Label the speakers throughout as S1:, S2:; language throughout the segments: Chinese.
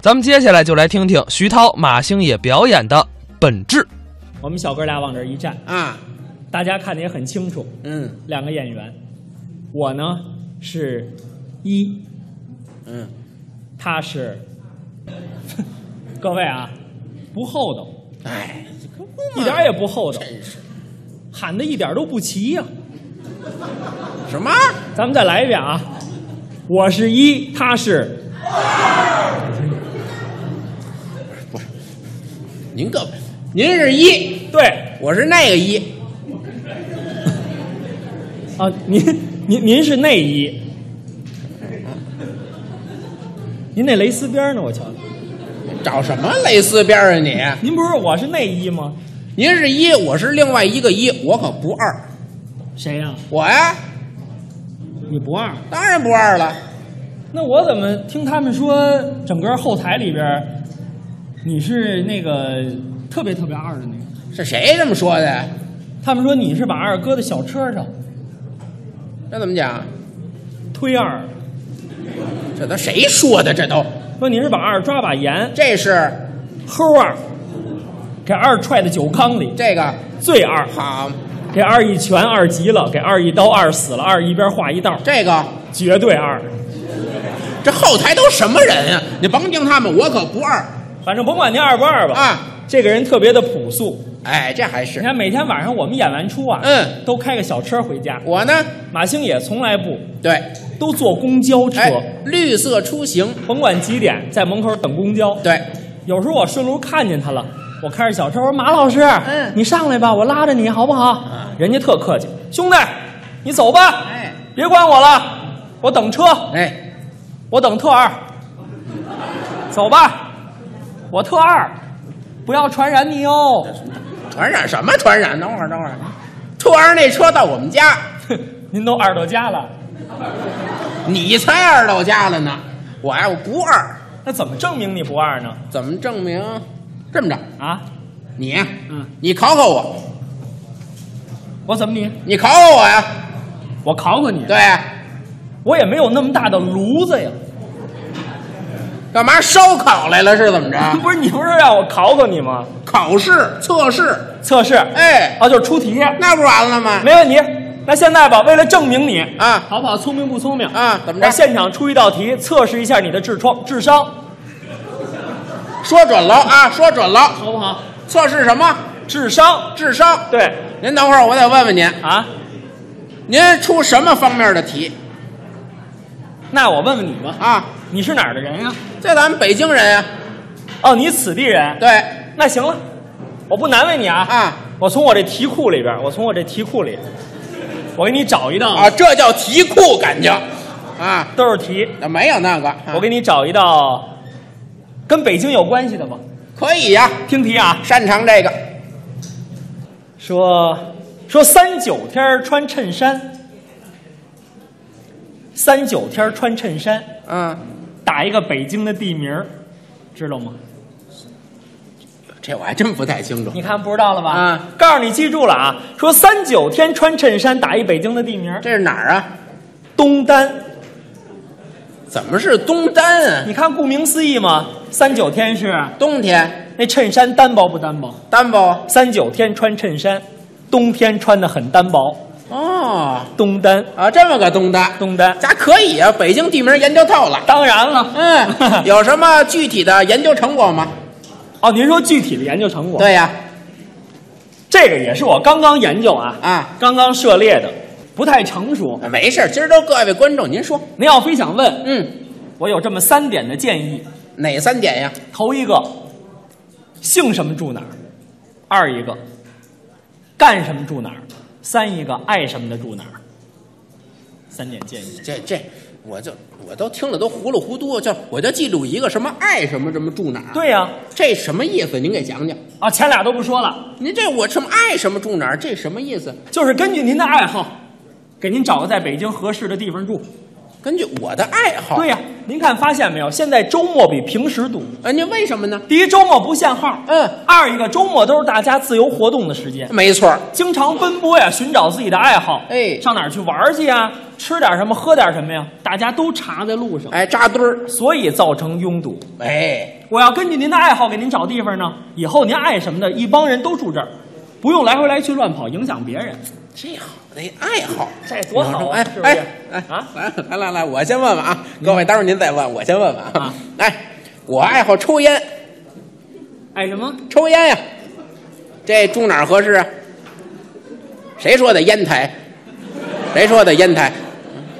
S1: 咱们接下来就来听听徐涛、马星野表演的《本质》。
S2: 我们小哥俩往这儿一站，
S3: 啊，
S2: 大家看得也很清楚，
S3: 嗯
S2: 两个演员。我呢是一，
S3: 嗯，
S2: 他是，各位啊，不厚道，
S3: 哎，
S2: 一点儿也不厚道，
S3: 真是
S2: 喊的一点儿都不齐呀、
S3: 什么？
S2: 咱们再来一遍啊，我是一，他是，
S3: 您各位，您是一，
S2: 对
S3: 我是那个一，
S2: 啊，您您您是内衣，您那蕾丝边儿呢？我瞧瞧，
S3: 找什么蕾丝边儿啊你？
S2: 您不是我是内衣吗？
S3: 您是一，我是另外一个一，我可不二，
S2: 谁呀、
S3: 我呀，
S2: 你不二。
S3: 当然不二了。
S2: 那我怎么听他们说，整个后台里边儿，你是那个特别特别二的那个？
S3: 是谁这么说的？
S2: 他们说你是把二搁在小车上
S3: 这怎么讲？
S2: 推二，
S3: 这都谁说的？这都，
S2: 说你是把二抓把盐
S3: 这是
S2: 齁二，给二踹到酒糠里，
S3: 这个
S2: 最二，
S3: 好，
S2: 给二一拳二急了，给二一刀二死了，二一边画一道，
S3: 这个
S2: 绝对二。
S3: 这后台都什么人啊？你甭听他们，我可不二
S2: 反正甭管您二不二吧，
S3: 啊！
S2: 这个人特别的朴素。
S3: 哎，这还
S2: 你
S3: 是
S2: 看每天晚上我们演完出啊，
S3: 嗯，
S2: 都开个小车回家。
S3: 我呢？
S2: 马星也从来不
S3: 对，
S2: 都坐公交车，
S3: 哎，绿色出行，
S2: 甭管几点，在门口等公交。
S3: 对，
S2: 有时候我顺路看见他了，我开着小车，我说马老师，
S3: 嗯
S2: 你上来吧，我拉着你好不好？
S3: 嗯
S2: 人家特客气，兄弟，你走吧，
S3: 哎
S2: 别管我了，我等车，
S3: 哎。
S2: 我等特二，走吧，我特二，不要传染你哦。
S3: 传染什么传染？等会儿，等会儿，兔儿那车到我们家，
S2: 您都二到家了，
S3: 你才二到家了呢。我呀，我不二，
S2: 那怎么证明你不二呢？
S3: 怎么证明？这么着，
S2: 啊，
S3: 你，
S2: 嗯，
S3: 你考考我，
S2: 我怎么你？
S3: 你考考我呀？
S2: 我考考你，
S3: 对呀，
S2: 我也没有那么大的炉子呀。
S3: 干嘛烧烤来了？是怎么着？
S2: 不是你不是让我考考你吗？
S3: 考试测试，
S2: 测试，
S3: 哎，
S2: 啊，就是出题，
S3: 那不完了吗？
S2: 没问题。那现在吧，为了证明你
S3: 啊
S2: 好不好，聪明不聪明
S3: 啊，怎么
S2: 我
S3: 着？
S2: 现场出一道题，测试一下你的智创智商，
S3: 说准了啊，说准了。
S2: 好不好？
S3: 测试什么？
S2: 智商，
S3: 智商。
S2: 对
S3: 您等会儿，我得问问您，
S2: 啊。
S3: 您出什么方面的题
S2: 那我问问你吧，
S3: 啊？
S2: 你是哪儿的人呀、
S3: 这咱们北京人呀，
S2: 哦，你此地人。
S3: 对
S2: 那行了，我不难为你啊。
S3: 啊。
S2: 我从我这题库里边儿，我从我这题库里，我给你找一道
S3: 啊，这叫题库感情啊，
S2: 都是题，
S3: 那没有那个，啊
S2: 我给你找一道跟北京有关系的吧。
S3: 可以呀、
S2: 听题啊，
S3: 擅长这个，
S2: 说说三九天儿穿衬衫，三九天儿穿衬衫，
S3: 嗯，
S2: 打一个北京的地名儿，知道吗？
S3: 这我还真不太清楚
S2: 你，看不知道了吧？
S3: 啊，
S2: 告诉你记住了啊，说三九天穿衬衫，打一北京的地名儿，
S3: 这是哪儿啊？
S2: 东单。
S3: 怎么是东单啊？
S2: 你看，顾名思义嘛，三九天是
S3: 冬天
S2: 那衬衫单薄不单薄？
S3: 单薄
S2: 三九天穿衬衫，冬天穿的很单薄。
S3: 哦
S2: 东单，
S3: 啊，这么个东单，
S2: 东单，
S3: 咱可以啊，北京地名研究透了，
S2: 当然了，
S3: 嗯，有什么具体的研究成果吗？
S2: 哦，您说具体的研究成果？
S3: 对呀、
S2: 这个也是我刚刚研究啊，
S3: 啊
S2: 刚刚涉猎的，不太成熟。
S3: 没事儿，今儿都各位观众您说，
S2: 您要非想问，
S3: 嗯，
S2: 我有这么三点的建议：
S3: 哪三点呀？
S2: 头一个，姓什么住哪儿；二一个，干什么住哪儿；三一个，爱什么的住哪儿。三点建议，
S3: 这这，我就我都听了都糊里糊涂，就我就记住一个什么爱什么什么住哪儿，
S2: 对呀、
S3: 这什么意思？您给讲讲。
S2: 啊，前俩都不说了，
S3: 您这我什么爱什么住哪儿，这什么意思？
S2: 就是根据您的爱好，给您找个在北京合适的地方住。
S3: 根据我的爱好。
S2: 对呀、您看发现没有？现在周末比平时多。
S3: 哎，您为什么呢？
S2: 第一，周末不限号；
S3: 嗯，
S2: 二一个，周末都是大家自由活动的时间，
S3: 没错儿，
S2: 经常奔波呀，寻找自己的爱好。
S3: 哎
S2: 上哪儿去玩儿去呀？吃点什么？喝点什么呀？大家都查在路上，
S3: 哎，扎堆儿，
S2: 所以造成拥堵。
S3: 哎，
S2: 我要根据您的爱好给您找地方呢。以后您爱什么的，一帮人都住这儿，不用来回来去乱跑，影响别人。
S3: 这好的爱好，
S2: 这多好啊！
S3: 哎
S2: 是不是？
S3: 哎哎
S2: 啊，
S3: 来来来来，我先问问啊，各位，待会儿您再问，我先问问啊
S2: 啊。
S3: 哎，我爱好抽烟，
S2: 爱什么？
S3: 抽烟呀，这住哪儿合适啊？谁说的烟台？谁说的烟台？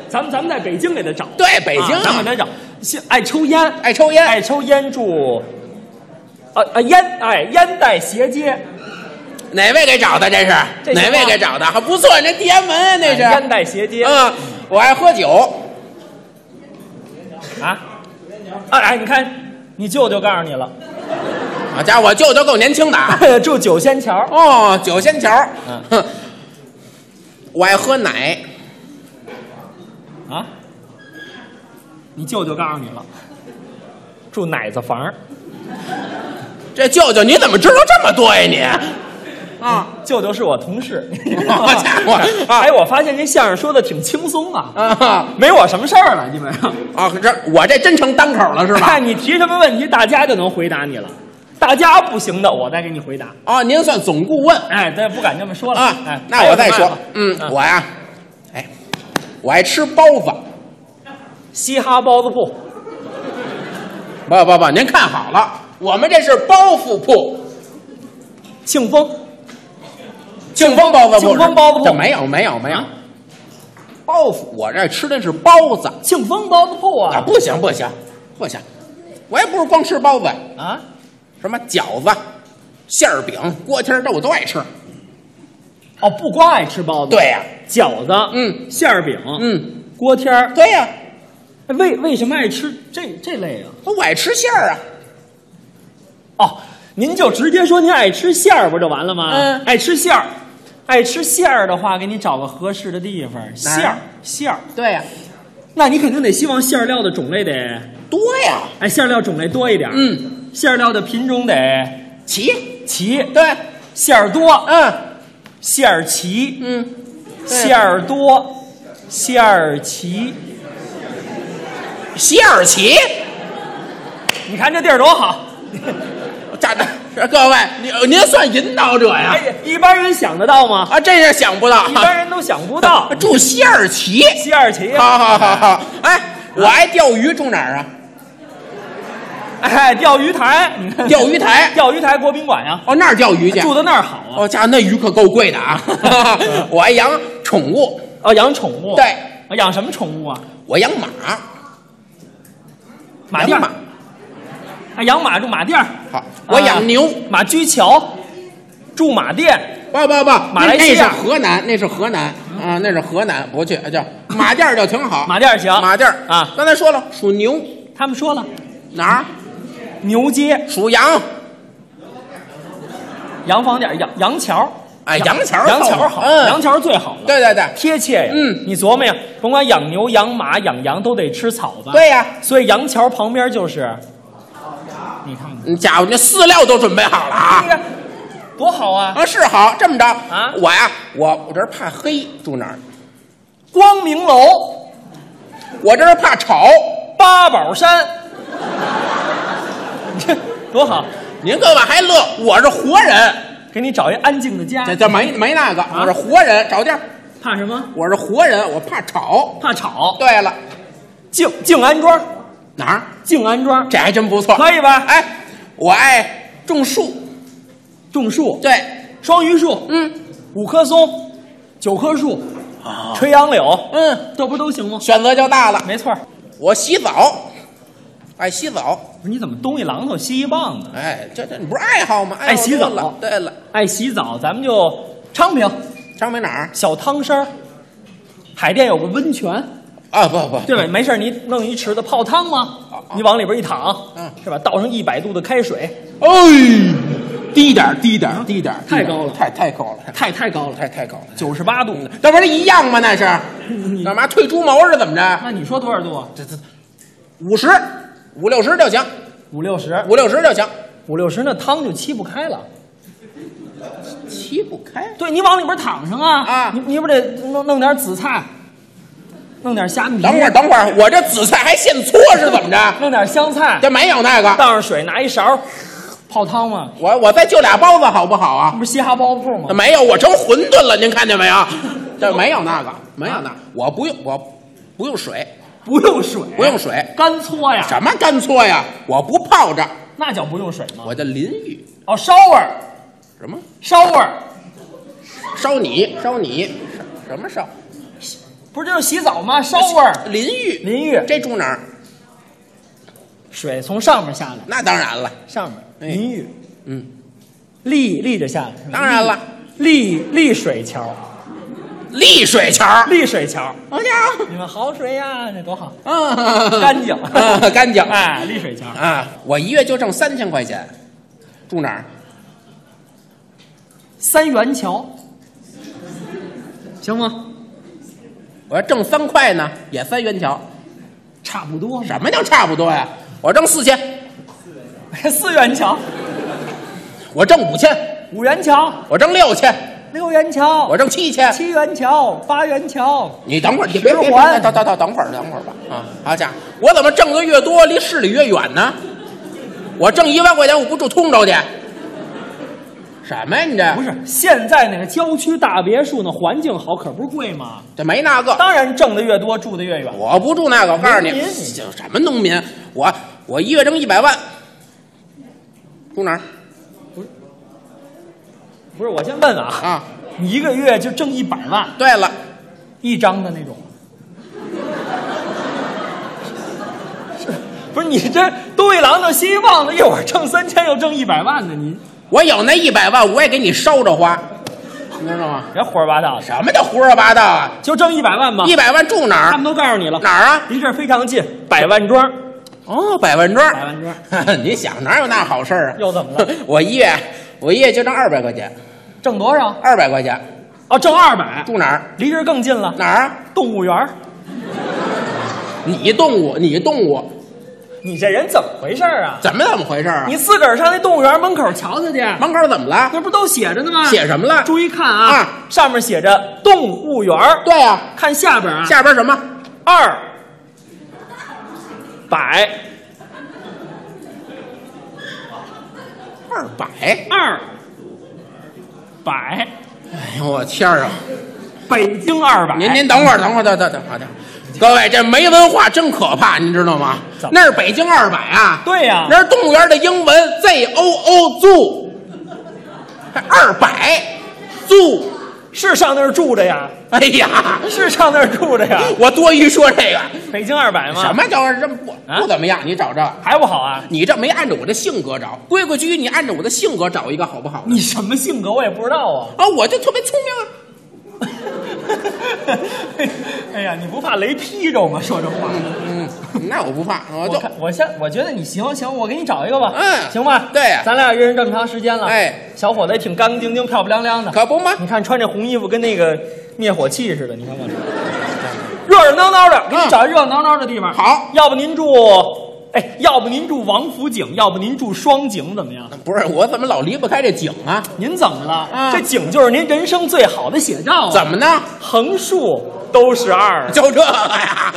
S2: 咱们咱们在北京给他找，
S3: 对，北京
S2: 啊咱们
S3: 啊，
S2: 给他找，现爱抽烟，
S3: 爱抽 烟，
S2: 爱抽烟住，啊啊烟，哎烟袋斜街，
S3: 哪位给找的？这是
S2: 这是
S3: 哪位给找的？还不错，这地安门啊，那是。
S2: 哎烟袋斜街
S3: 嗯，我爱喝酒，
S2: 啊，哎哎，你看你舅舅告诉你了，
S3: 好家伙，舅舅够年轻的啊！
S2: 住九仙桥，
S3: 哦，九仙桥
S2: 嗯。
S3: 哼，我爱喝奶，
S2: 啊，你舅舅告诉你了，住奶子房，
S3: 这舅舅你怎么知道这么多呀你？啊，
S2: 舅舅是我同 事，
S3: 好家伙啊
S2: 哎，我发现这相声说的挺轻松啊，
S3: 啊
S2: 没我什么事儿了，基本上。
S3: 啊！这我这真成单口了是吧？
S2: 看你提什么问题，大家就能回答你了。大家不行的，我再给你回答。
S3: 啊，您算总顾问
S2: 哎，对，不敢这么说了。
S3: 啊
S2: 哎，，
S3: 那我再
S2: 还有什么
S3: 说
S2: 办法，
S3: 嗯，
S2: 啊
S3: 我呀，哎，我爱吃包子，
S2: 嘻哈包子铺，
S3: 不不不，您看好了，我们这是包子铺，
S2: 庆丰
S3: 庆丰包子铺，
S2: 庆丰包子铺
S3: 这没有没有没有
S2: 啊，
S3: 包子，我这吃的是包子
S2: 庆丰包子铺
S3: 啊，
S2: 啊
S3: 不行不行不行，我也不是光吃包子，
S2: 啊！
S3: 什么饺子、馅儿饼、锅贴儿这我都爱吃。
S2: 哦，不光爱吃包子，
S3: 对呀、
S2: 饺子，
S3: 嗯，
S2: 馅儿饼，，
S3: 嗯，
S2: 锅贴儿。
S3: 对呀、
S2: 哎为为什么爱吃这这类啊？
S3: 我爱吃馅儿啊。
S2: 哦，您就直接说您爱吃馅儿不就完了吗？
S3: 嗯
S2: 爱吃馅儿，爱吃馅儿的话，给你找个合适的地方。馅
S3: 啊
S2: 儿馅儿，
S3: 对呀、
S2: 那你肯定得希望馅儿料的种类得。
S3: 多呀、
S2: 哎，馅儿料种类多一点。，
S3: 嗯，
S2: 馅儿料的品种得
S3: 齐，
S2: 齐，
S3: 对，
S2: 馅儿多，
S3: 嗯
S2: 馅儿齐，
S3: 嗯，对
S2: 馅儿多，馅儿齐。
S3: 馅儿齐。
S2: 你看这地儿多好！
S3: 站着，各位，您您算引导者呀
S2: 哎？呀，一般人想得到吗？
S3: 啊，这是想不到。
S2: 一，般人都想不到
S3: 住馅儿齐。
S2: 馅儿齐，
S3: 好好好好，哎，我爱钓鱼，住哪儿啊？
S2: 哎，钓鱼台，你看
S3: 钓鱼台
S2: 钓鱼台国宾馆呀，
S3: 哦，那儿钓鱼去。
S2: 住在那儿好啊。
S3: 哦，家伙那鱼可够贵 的啊！我爱养宠物，
S2: 哦，养宠物，
S3: 对，
S2: 啊养什么宠物啊？
S3: 我养马。
S2: 马
S3: 养
S2: 垫
S3: 马
S2: 儿，，啊养马住马垫儿，
S3: 好，我养牛。
S2: 马驹桥，住马店，
S3: 不不不，
S2: 马来西亚
S3: 那那是河南，那是河南啊，那是河南，不去啊 叫马甸儿就挺好。
S2: 马垫儿行，
S3: 马甸儿
S2: 啊
S3: 刚才说了，属牛
S2: 他们说了，
S3: 哪儿？
S2: 牛街、
S3: 属羊。
S2: 洋房点、洋洋桥，
S3: 哎洋桥
S2: 洋桥
S3: 好
S2: 好，
S3: 嗯
S2: 洋桥最好了，
S3: 对对对，
S2: 贴切呀。
S3: 嗯
S2: 你琢磨呀，甭管养牛、养马、养羊都得吃草吧？，
S3: 对呀，
S2: 所以洋桥旁边就是，你看看，
S3: 你家伙，这饲料都准备好了
S2: 对
S3: 啊！
S2: 呀，多好啊！
S3: 啊，是好，这么着
S2: 啊
S3: 我呀，我我这儿怕黑，住哪儿？
S2: 光明楼、
S3: 我这儿怕吵。
S2: 八宝山， 你这多好，
S3: 您各位还乐，我是活人，
S2: 给你找一安静的家
S3: 这。这没没那个，
S2: 啊
S3: 我是活人，找地儿，
S2: 怕什么？
S3: 我是活人，我怕吵。
S2: 怕吵。
S3: 对了，
S2: 静静安庄，
S3: 哪儿？
S2: 静安庄
S3: 这还真不错，
S2: 可以吧？
S3: 哎，我爱种树，
S2: 种树，
S3: 对，
S2: 双榆树，
S3: 嗯
S2: 五棵松，九棵树，
S3: 啊，
S2: 垂杨柳。
S3: 嗯，
S2: 这不都行吗？
S3: 选择就大了。
S2: 没错儿。
S3: 我洗澡，爱洗澡，
S2: 不是你怎么东一榔头西一棒子？
S3: 哎，这这你不是爱好吗？
S2: 爱洗澡
S3: 好多了对了，
S2: 爱洗澡，咱们就昌平
S3: 张北哪儿？
S2: 小汤山儿，海淀有个温泉，
S3: 啊，不不，
S2: 对吧？没事儿你弄一池子泡汤嘛
S3: 啊，
S2: 你往里边一躺
S3: 嗯，
S2: 是吧？倒上一百度的开水，
S3: 哎，低点儿，低点儿，低点儿，
S2: 太高了
S3: 太太高了，
S2: 太太高了，
S3: 太太高了。
S2: 九十八度。
S3: 这玩意儿一样吗？那是干嘛退猪毛是怎么着？
S2: 那你说多少度啊？
S3: 这这五十五六十就行，
S2: 五六十，
S3: 五六十就行，
S2: 五六十那汤就沏不开了。
S3: 起不开。
S2: 对你往里边躺上哎啊
S3: 啊
S2: 你你不得弄弄点紫菜，弄点虾米，
S3: 等会儿，等会儿，我这紫菜还现搓是怎么着？
S2: 弄点香菜，
S3: 这没有那个，
S2: 倒上水，拿一勺泡汤嘛。
S3: 我我再就俩包子好不好
S2: 那
S3: 啊？
S2: 不是嘻哈包铺吗？
S3: 没有，我成馄饨了，您看见没有？这没有那个，没有那个，我不用，我不用水，
S2: 不用水，
S3: 不用水，
S2: 干搓呀，
S3: 什么干搓呀？我不泡着，
S2: 那叫不用水吗？
S3: 我叫淋浴，
S2: 哦，烧味儿，
S3: 什么
S2: 烧味儿，
S3: 烧你烧你，什么烧
S2: 不是就是洗澡吗？烧味儿，
S3: 淋浴？
S2: 淋浴，
S3: 这住哪儿？
S2: 水从上面下来，
S3: 那当然了，
S2: 上面
S3: 哎
S2: 淋浴，
S3: 嗯，
S2: 立立着下来，
S3: 当然了，
S2: 立立水桥，
S3: 丽水桥，
S2: 立水桥，
S3: 我瞧，
S2: 你们好水呀，这多好，
S3: 嗯，
S2: 干净
S3: 嗯 干净，
S2: 哎，立水桥，
S3: 啊，我一月就挣三千块钱，住哪儿？
S2: 三元桥，行吗？
S3: 我要挣三块呢，也三元桥。
S2: 差不多嘛，
S3: 什么叫差不多呀？我挣四千，
S2: 四元桥，
S3: 我挣五千，
S2: 五元桥，
S3: 我挣六千，
S2: 六元桥，
S3: 我挣七千。
S2: 七元桥，八元桥，
S3: 你等会儿，你别别别，
S2: 十环
S3: 等等等等会儿，等会儿吧。啊，好家伙，我怎么挣得越多，离市里越远呢？我挣一万块钱，我不住通州去？什么呀？你这
S2: 不是，现在那个郊区大别墅那环境好，可不是贵吗？
S3: 这没那个，
S2: 当然挣得越多，住得越远。
S3: 我不住那个。我告诉你
S2: 农民，
S3: 这什么农民？我我一月挣一百万，住哪儿
S2: 不是，我先问问啊，
S3: 啊？
S2: 你一个月就挣一百万
S3: 对了，
S2: 一张的那种？ 不是你这东一榔头西一棒子，一会儿挣三千，又挣一百万的，你
S3: 我有那一百万，我也给你烧着花，你知道吗？
S2: 别胡说八道的，
S3: 什么叫胡说八道啊？
S2: 就挣一百万吧。
S3: 一百万住哪
S2: 他
S3: 儿
S2: 们？都告诉你了，
S3: 哪儿啊？
S2: 离这儿非常近，百万庄。
S3: 哦，百万庄。
S2: 百万庄，
S3: 你想哪有那好事儿啊？
S2: 又怎么了？
S3: 我一月我一月就挣二百块钱，
S2: 挣多少？
S3: 二百块钱
S2: 哦，挣二百，
S3: 住哪儿？
S2: 离这儿更近了。
S3: 哪儿啊？
S2: 动物园儿，
S3: 你动我，你动我，
S2: 你这人怎么回事儿啊？
S3: 怎么怎么回事儿啊？
S2: 你自个儿上那动物园门口瞧瞧去，
S3: 门口怎么了？
S2: 那不都写着呢吗？
S3: 写什么了？
S2: 注意看啊，
S3: 啊
S2: 上面写着动物园儿
S3: 对啊，
S2: 看下边啊，
S3: 下边什么？
S2: 二百
S3: 二百。
S2: 二百，
S3: 哎呦我天儿啊！
S2: 北京二百。
S3: 啊您您等会儿，等会儿，等等等会儿，等会儿各位这没文化真可怕，您知道吗
S2: 怎么？
S3: 那是北京二百啊。
S2: 对呀、
S3: 那是动物园的英文 Z O O zoo，还 二百 zoo。
S2: 是上那儿住着呀，
S3: 哎呀，
S2: 是上那儿住着呀。
S3: 我多余说这个，
S2: 北京二百吗？
S3: 哎什么叫这不
S2: 啊
S3: 不怎么样？你找这，
S2: 还不好啊？
S3: 你这没按照我的性格找，规规矩矩，你按照我的性格找一个好不好？
S2: 你什么性格我也不知道啊。
S3: 啊，我就特别聪明啊。
S2: 哎呀，你不怕雷劈着吗？说这话。
S3: 嗯， 那我不怕，我
S2: 我
S3: 就
S2: 看我现我觉得你行行，我给你找一个吧，
S3: 嗯
S2: 行吧，
S3: 对呀
S2: 咱俩认识这么长时间了，
S3: 哎，
S2: 小伙子也挺干干净净、漂漂亮亮的，
S3: 可不吗？
S2: 你看穿这红衣服跟那个灭火器似的，你看 我这，热热闹闹的，给你找一热热闹闹的地方，
S3: 嗯好，
S2: 要不您住，哎，要不您住王府井，要不您住双井，怎么样？
S3: 不是我怎么老离不开这井啊？
S2: 您怎么了？
S3: 嗯
S2: 这井就是您人生最好的写照啊，
S3: 怎么呢？
S2: 横竖都是二啊。
S3: 就这个呀。